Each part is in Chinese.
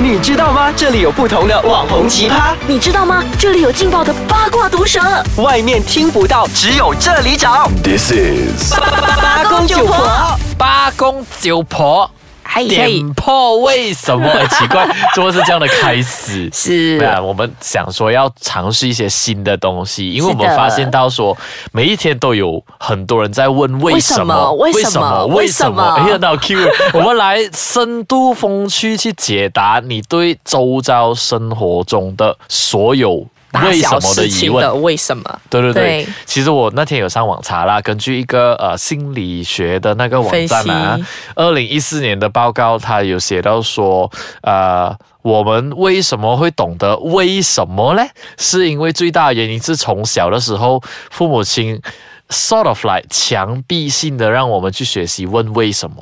你知道吗？这里有不同的网红奇葩，你知道吗？这里有劲爆的八卦毒舌，外面听不到，只有这里找。 This is 八公九婆，八公九婆嘿嘿，点破为什么？哎奇怪，怎么是这样的开始？是对啊，我们想说要尝试一些新的东西，因为我们是的发现到说，每一天都有很多人在问为什么，为什么为为什什么么？哎呀，那好 Q，我们来深度风趣去解答你对周遭生活中的所有大为什小么的事疑情问的。为什么？对对对，对其实我那天有上网查啦，根据一个呃心理学的那个网站啊分析，二零一四年的报告，它有写到说，呃，我们为什么会懂得为什么呢？是因为最大的原因是从小的时候，父母亲 sort of like 强逼性的让我们去学习问为什么，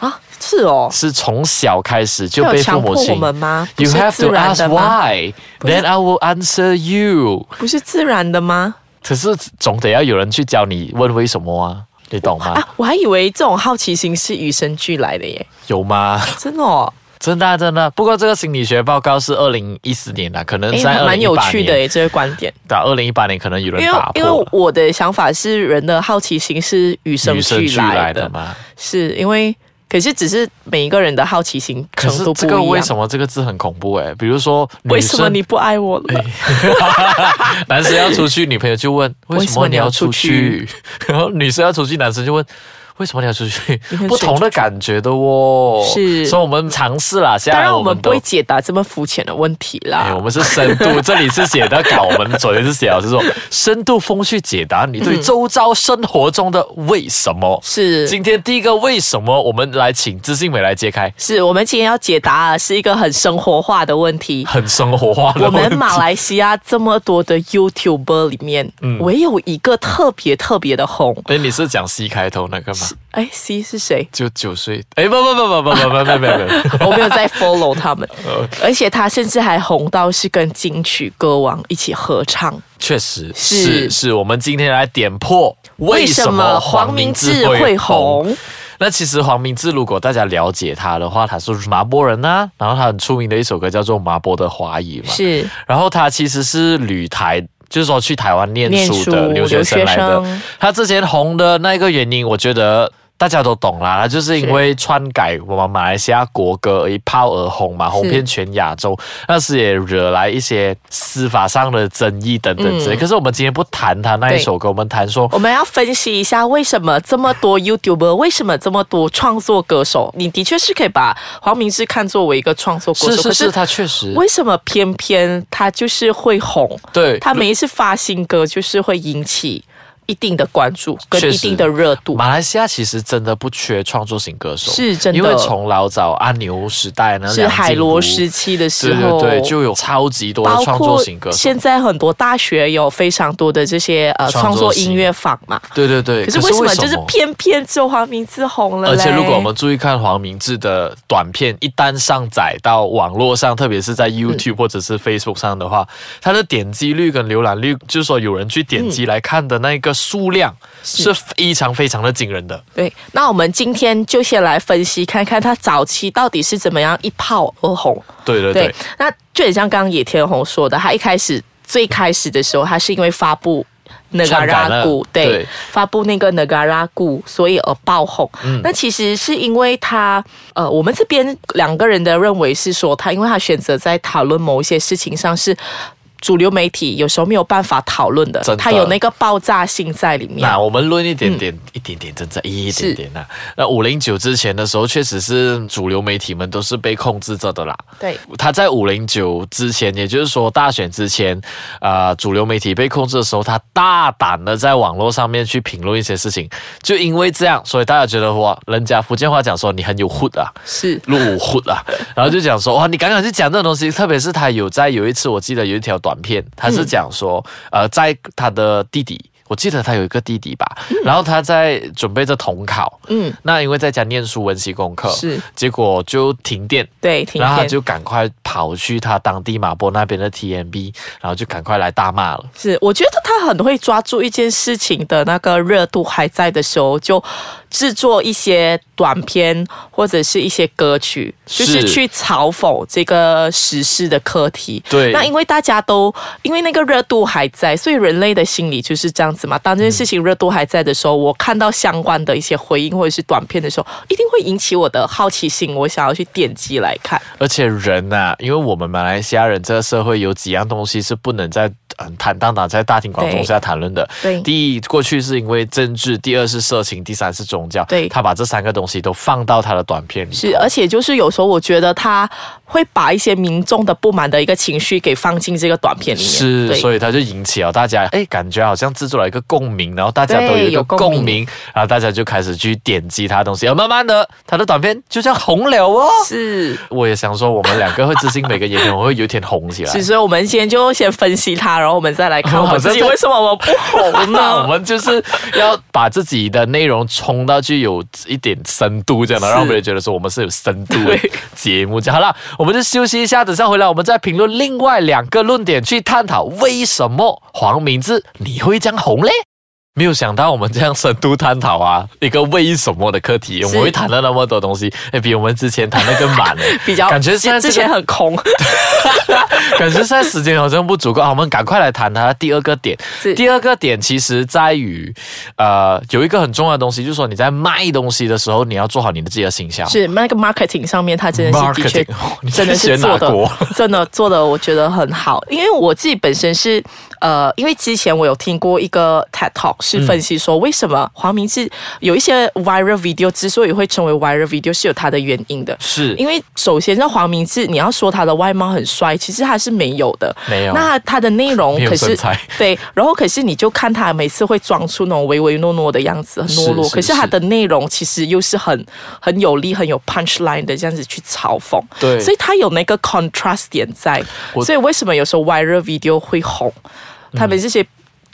啊，是哦，是从小开始就他有被父强母迫我亲。们吗？不 You 是 have 自 to 然 ask 的吗？ why, 不是 then I will answer you. 不是自然的吗？可是总得要有人去教你问为什么啊，你懂吗？啊，我还以为这种好奇心是与生俱来的耶，有吗？ 真的哦，真的啊、真的啊、不过这个心理学报告是二零一四年的、啊可能哎，在还二蛮零一有八趣的年耶，这个观点。到二零一八年可能有人因为打破因为我的想法是，人的好奇心是与生与生俱俱来来的的，嘛。是因为可是只是每一个人的好奇心可程是度不这一个样。为什么这个字很恐怖诶、比如说为女什么生哎你，不爱我了？ 男生要出去，女朋友就问为什么你要出去， 然后女生要出去，男生就问。为什么你要出去你很？不同的感觉的哦，是所以我们尝试啦，下当来然，我们们不会都解答这么肤浅的问题啦。哎，我们是深度，这里是写的稿，我们昨天是写的是说深度风趣解答你对周遭生活中的为什么。是今天第一个为什么，我们来请知性美来揭开，是我们今天要解答的是一个很生活化的问 题。很生活化的我问们题。马来西亚这么多的 YouTuber 里面，嗯唯有一个特别特别的红。哎，你是讲 C 开头那个吗？？哎，C 是谁 就九岁？哎，不不不不不不不不不我没有在 follow 他们，而且他甚至还红到是跟金曲歌王一起合唱。确实是是是，我们今天来点破为什么黄明志会会红。红？那其实黄明志，如果大家了解他的话，他是麻波人呐、然后他很出名的一首歌叫做《麻波的华语》嘛。是然后他其实是旅台，就是说去台湾念书的念留书学生来留的学生。他之前红的那个原因，我觉得。大家都懂啦，他就是因为篡改我们马来西亚国歌一炮而红嘛，红遍全亚洲，那时也惹来一些司法上的争议等等之类。嗯可是我们今天不谈他那一对首歌，我们谈说我们要分析一下为什么这么多 YouTuber，为什么这么多创作歌手？你的确是可以把黄明志看作为一个创作歌手，是是是，可他确实为什么偏偏他就是会红？对他每一次发新歌就是会引起一定的关注跟确一实定的热度。马来西亚其实真的不缺创作型歌手，是真的因为从老早阿牛时代呢，是梁静茹海螺时期的时候，对对对，就有超级多的包创括作型歌手现。在很多大学有非常多的这些呃创创作作型音乐坊嘛。对对对，可是为什么就是偏偏只有黄明志红了而嘞？且如果我们注意看黄明志的短片，一旦上载到网络上，特别是嗯在 YouTube 或者是 Facebook 上的话，它的点击率跟浏览率，就是说有人去点嗯击来看的那个数量，是非常非常的惊人的。对，那我们今天就先来分析看看他早期到底是怎么样一炮而红。对对对，那就很像刚刚野天红说的，他一开始最开始的时候，他是因为发布。那嘎篡改拉了古对，对发布那个那嘎拉古，所以而爆红。那其实是因为他，呃，我们这边两个人的认为是说他，因为他选择在讨论某一些事情上是主流媒体有时候没有办法讨论的，真的他有那个爆炸性在里面。嗯那我们论一点点，一点点，真正一点点呐、啊那五零九之前的时候，确实是主流媒体们都是被控制着的啦。对，他在五零九之前，也就是说大选之前，呃，主流媒体被控制的时候，他大胆的在网络上面去评论一些事情，就因为这样，所以大家觉得哇，人家福建话讲说你很有 hood 啊，是路虎啊， 然后就讲说哇，你敢敢去讲这种东西，特别是他有在有一次，我记得有一条短片，他是讲说，嗯呃，在他的弟弟。我记得他有一个弟弟吧，然后他在准备着统考，嗯嗯，那因为在家念书温习功课，是，结果就停电，对，停然后他电就赶快跑去他当地马波那边的 TMB，然后就赶快来大骂了，是，我觉得他很会抓住一件事情的那个热度还在的时候，就制作一些短片或者是一些歌曲，就是是去嘲讽这个时事的课题。对那因为大家都因为那个热度还在，所以人类的心理就是这样子嘛。当这件事情热度还在的时候，我看到相关的一些回应或者是短片的时候，一定会引起我的好奇心，我想要去点击来看。而且人呐、因为我们马来西亚人这个社会有几样东西是不能在很坦荡荡在大庭广众下谈论的。对对第一，过去是因为政治；第二是色情；第三是宗教。对他把这三个东西都放到他的短片里。是，而呃且就是有时候我觉得他会把一些民众的不满的一个情绪给放进这个短片里面。是，对所以他就引起了大家，哎，感觉好像制作了一个共鸣，然后大家都对有一个有共共鸣，鸣然后大家就开始去点击他的东西，哦而慢慢的，他的短片就这样红 了哦。是。我也想说，我们两个会知信每个演员，我会有点红起来。是，所以我们今天就先分析它，然后我们再来 看我我们们自己再为什么我们不红 那我呢？们就是要把自己的内容冲到具有一点深度，这样的，让别人觉得说我们是有深度的对节目。这样好了，我们就休息一下，等下回来我们再评论另外两个论点，去探讨为什么黄明志你会这样红嘞？没有想到我们这样深度探讨啊，一个为什么的课题，我们会谈到那么多东西，哎，比我们之前谈的更满 嘞 ，比较感觉现在这之个前很 空，感觉现在时间好像不足够，好我们赶快来谈它的第二个点是。第二个点其实在于，呃，有一个很重要的东西，就是说你在卖东西的时候，你要做好你的自己的形象。是那个 marketing 上面，它真的是的确 Marketing，哦你真的在是学做哪的国， 真的做的，我觉得很好。因为我自己本身是呃，因为之前我有听过一个 TED Talk 是分析说，为什么黄明志有一些 viral video 之所以会成为 viral video 是有它的原因的。是因为首先，那黄明志，你要说他的外貌很帅，其实他是没有的。没有那他的内容 没有可是身材对，然后可是你就看他每次会装出那种唯唯诺诺的样子，很是懦弱。是可是他是的内容其实又是很很有力、很有 punch line 的这样子去嘲讽。对所以他有那个 contrast 点在。我嗯所以为什么有时候 viral video 会红？他们这些。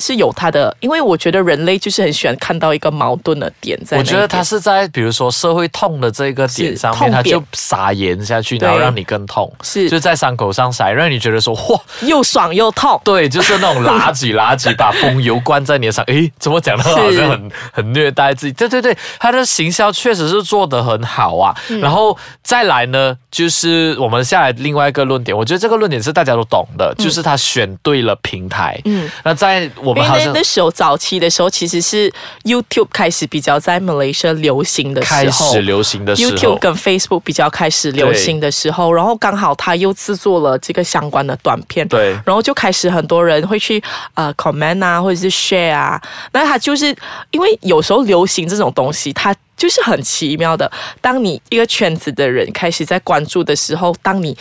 是有他的，因为我觉得人类就是很喜欢看到一个矛盾的点在那我一觉边。得他是在比如说社会痛的这个点是上面，痛他就点撒盐下去，对然后让你更痛，是就在伤口上撒，让你觉得说哇。又爽又痛。对，就是那种拉几拉几，把风油灌在你的上。诶， 怎么讲的？好像很很虐待自己。对对对，他的行销确实是做得很好啊。嗯然后再来呢，就是我们下来另外一个论点，我觉得这个论点是大家都懂的，嗯就是他选对了平台。嗯，那在我因们为好那像那时候早期的时候，其实是 YouTube 开始比较在 Malaysia 流行的时候，开始流行的时候 YouTube 跟 Facebook 比较开始流行的时候，然后刚好他又制作了这个相关的短片，对然后就开始很多人会去呃 comment 啊，或者是 share 啊，那他就是因为有时候流行这种东西，它就是很奇妙的。当你一个圈子的人开始在关注的时候，当你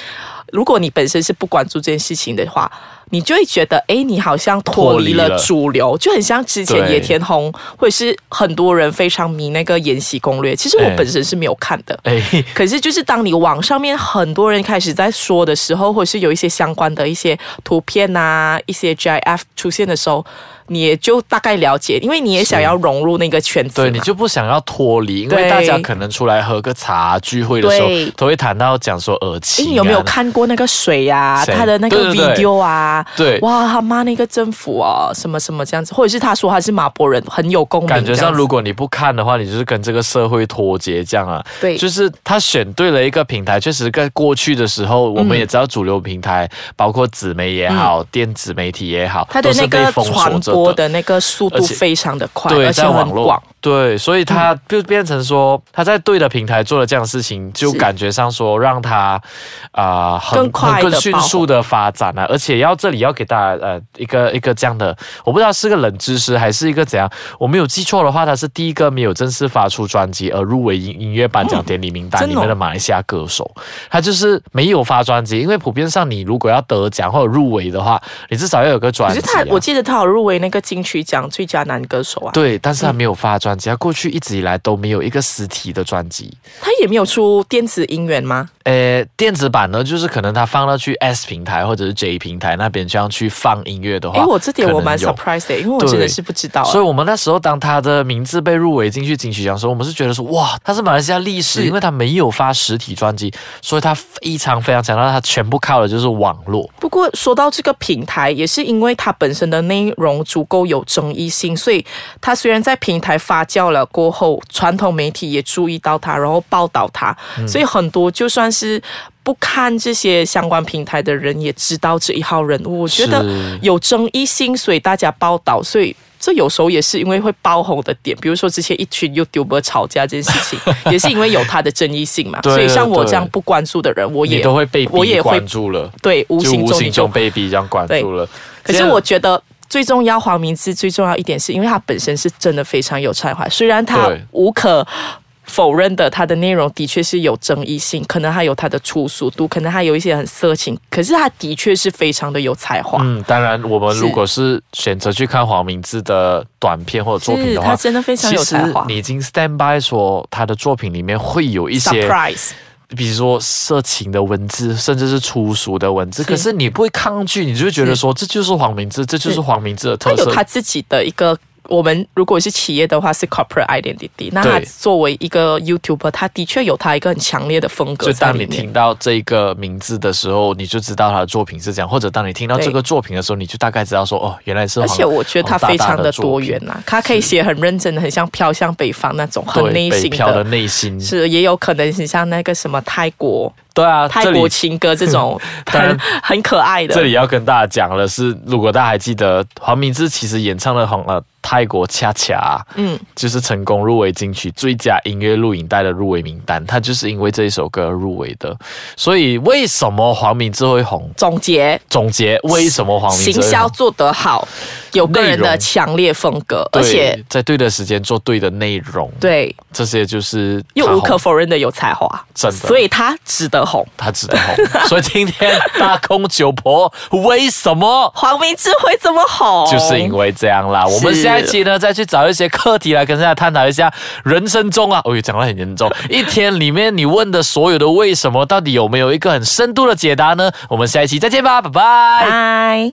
如果你本身是不关注这件事情的话，你就会觉得，哎，你好像脱离脱离了了主流，就很像之前对野田红，或者是很多人非常迷那个《延禧攻略》。其实我哎本身是没有看的，哎，可是，就是当你网上面很多人开始在说的时候，或者是有一些相关的一些图片啊、一些 GIF 出现的时候，你也就大概了解，因为你也想要融入那个圈子嘛。对，你就不想要脱离，因为对大家可能出来喝个茶、聚会的时候对，都会谈到讲说耳诶机、啊你有没有？看过那个水呀、啊？谁他的那对个对对 video 啊，对哇，他妈那个政府啊，什么什么这样子，或者是他说他是马博人，很有共鸣这感样子。觉上，如果你不看的话，你就是跟这个社会脱节这样啊。对就是他选对了一个平台，确实在过去的时候，我们嗯也知道主流平台，包括纸媒也好，电子媒体也好，他都的是那被个封传锁播着的。的那个速而度且非常的快，对，而且在网很络广。，嗯对，所以他就变成说，他在对的平台做了这样的事情，就感觉上说让他啊、很更快很地更迅速的发展啊，而且要这里要给大家呃一个一个这样的，我不知道是个冷知识还是一个怎样，我没有记错的话，他是第一个没有正式发出专辑而入围音音乐颁奖典礼名单真里的哦面的马来西亚歌手，他就是没有发专辑，因为普遍上你如果要得奖或者入围的话，你至少要有个专可辑、是啊。他，我记得他有入围那个金曲奖最佳男歌手啊。对，但是他没有发专辑，他过去一直以来都没有一个实体的专辑。他也没有出电子音源吗？呃，电子版呢，就是可能它放到去 S 平台或者是 J 平台那边这样去放音乐的话，哎，我这点我蛮啊可能有 surprise 的，因为我对真的是不知道啊。所以我们那时候当他的名字被入围进去金曲奖的时候，我们是觉得说，哇，他是马来西亚历嗯史，因为他没有发实体专辑，所以他非常非常强大，他全部靠的就是网络。不过说到这个平台，也是因为它本身的内容足够有争议性，所以它虽然在平台发酵了过后，传统媒体也注意到它，然后报道它，嗯所以很多就算是。不看这些相关平台的人也知道这一号人物，我觉得是有争议性，所以大家报道，所以这有时候也是因为会爆红的点，比如说之前一群 YouTuber 吵架这件事情， 也是因为有它的争议性嘛。对所以像我对这样不关注的人，我你也都会被我逼也会关注了，对无就形无中你形就中被逼这样关注了。可这是样我觉得最重要，黄明志最重要一点是因为他本身是真的非常有才华，虽然他对无可。否认的，他的内容的确是有争议性，可能他有他的粗俗度，可能他有一些很色情，可是他的确是非常的有才华，嗯，当然，我们是如果是选择去看黄明志的短片或者作品是的话他，真的非常其有实才华。你已经 stand by 说他的作品里面会有一些 surprise 比如说色情的文字，甚至是粗俗的文字，是可是你不会抗拒，你就会觉得说这就是黄明志，这就是黄明志的他特有色他。自己的一个，我们如果是企业的话是 corporate identity，那他对作为一个 YouTuber，他的确有他一个很强烈的风格就在当你里面听。到这个名字的时候，你就知道他的作品是这样，或者当你听到对这个作品的时候，你就大概知道说哦，原来是而黄。且我觉得哦他非常的多元黄呐、他可以写很认真的，很像飘向北方那种，大大的作很品内对北心漂的的。内心，是，也有可能很像那个什么泰国对啊，泰这里国情歌这种 当然很很可爱的。这里要跟大家讲的是，如果大家还记得黄明志其实演唱了红了泰国恰恰，嗯，就是成功入围金曲最佳音乐录影带的入围名单，他就是因为这一首歌而入围的。所以为什么黄明志会红？总结总结为什么黄明志行会销红？做得好，有个人内的容强烈风格，对而且在对的时间做对的内容，，对这些就是又他无可红否认的有才华，真的所以他值得红。他值得 红。所以今天大空九婆为什么？黄明志会这么红，就是因为这样啦。我们是下一期呢，再去找一些课题来跟大家探讨一下人生中啊，哦呦，讲得很严重，一天里面你问的所有的为什么，到底有没有一个很深度的解答呢？我们下一期再见吧，拜拜。拜。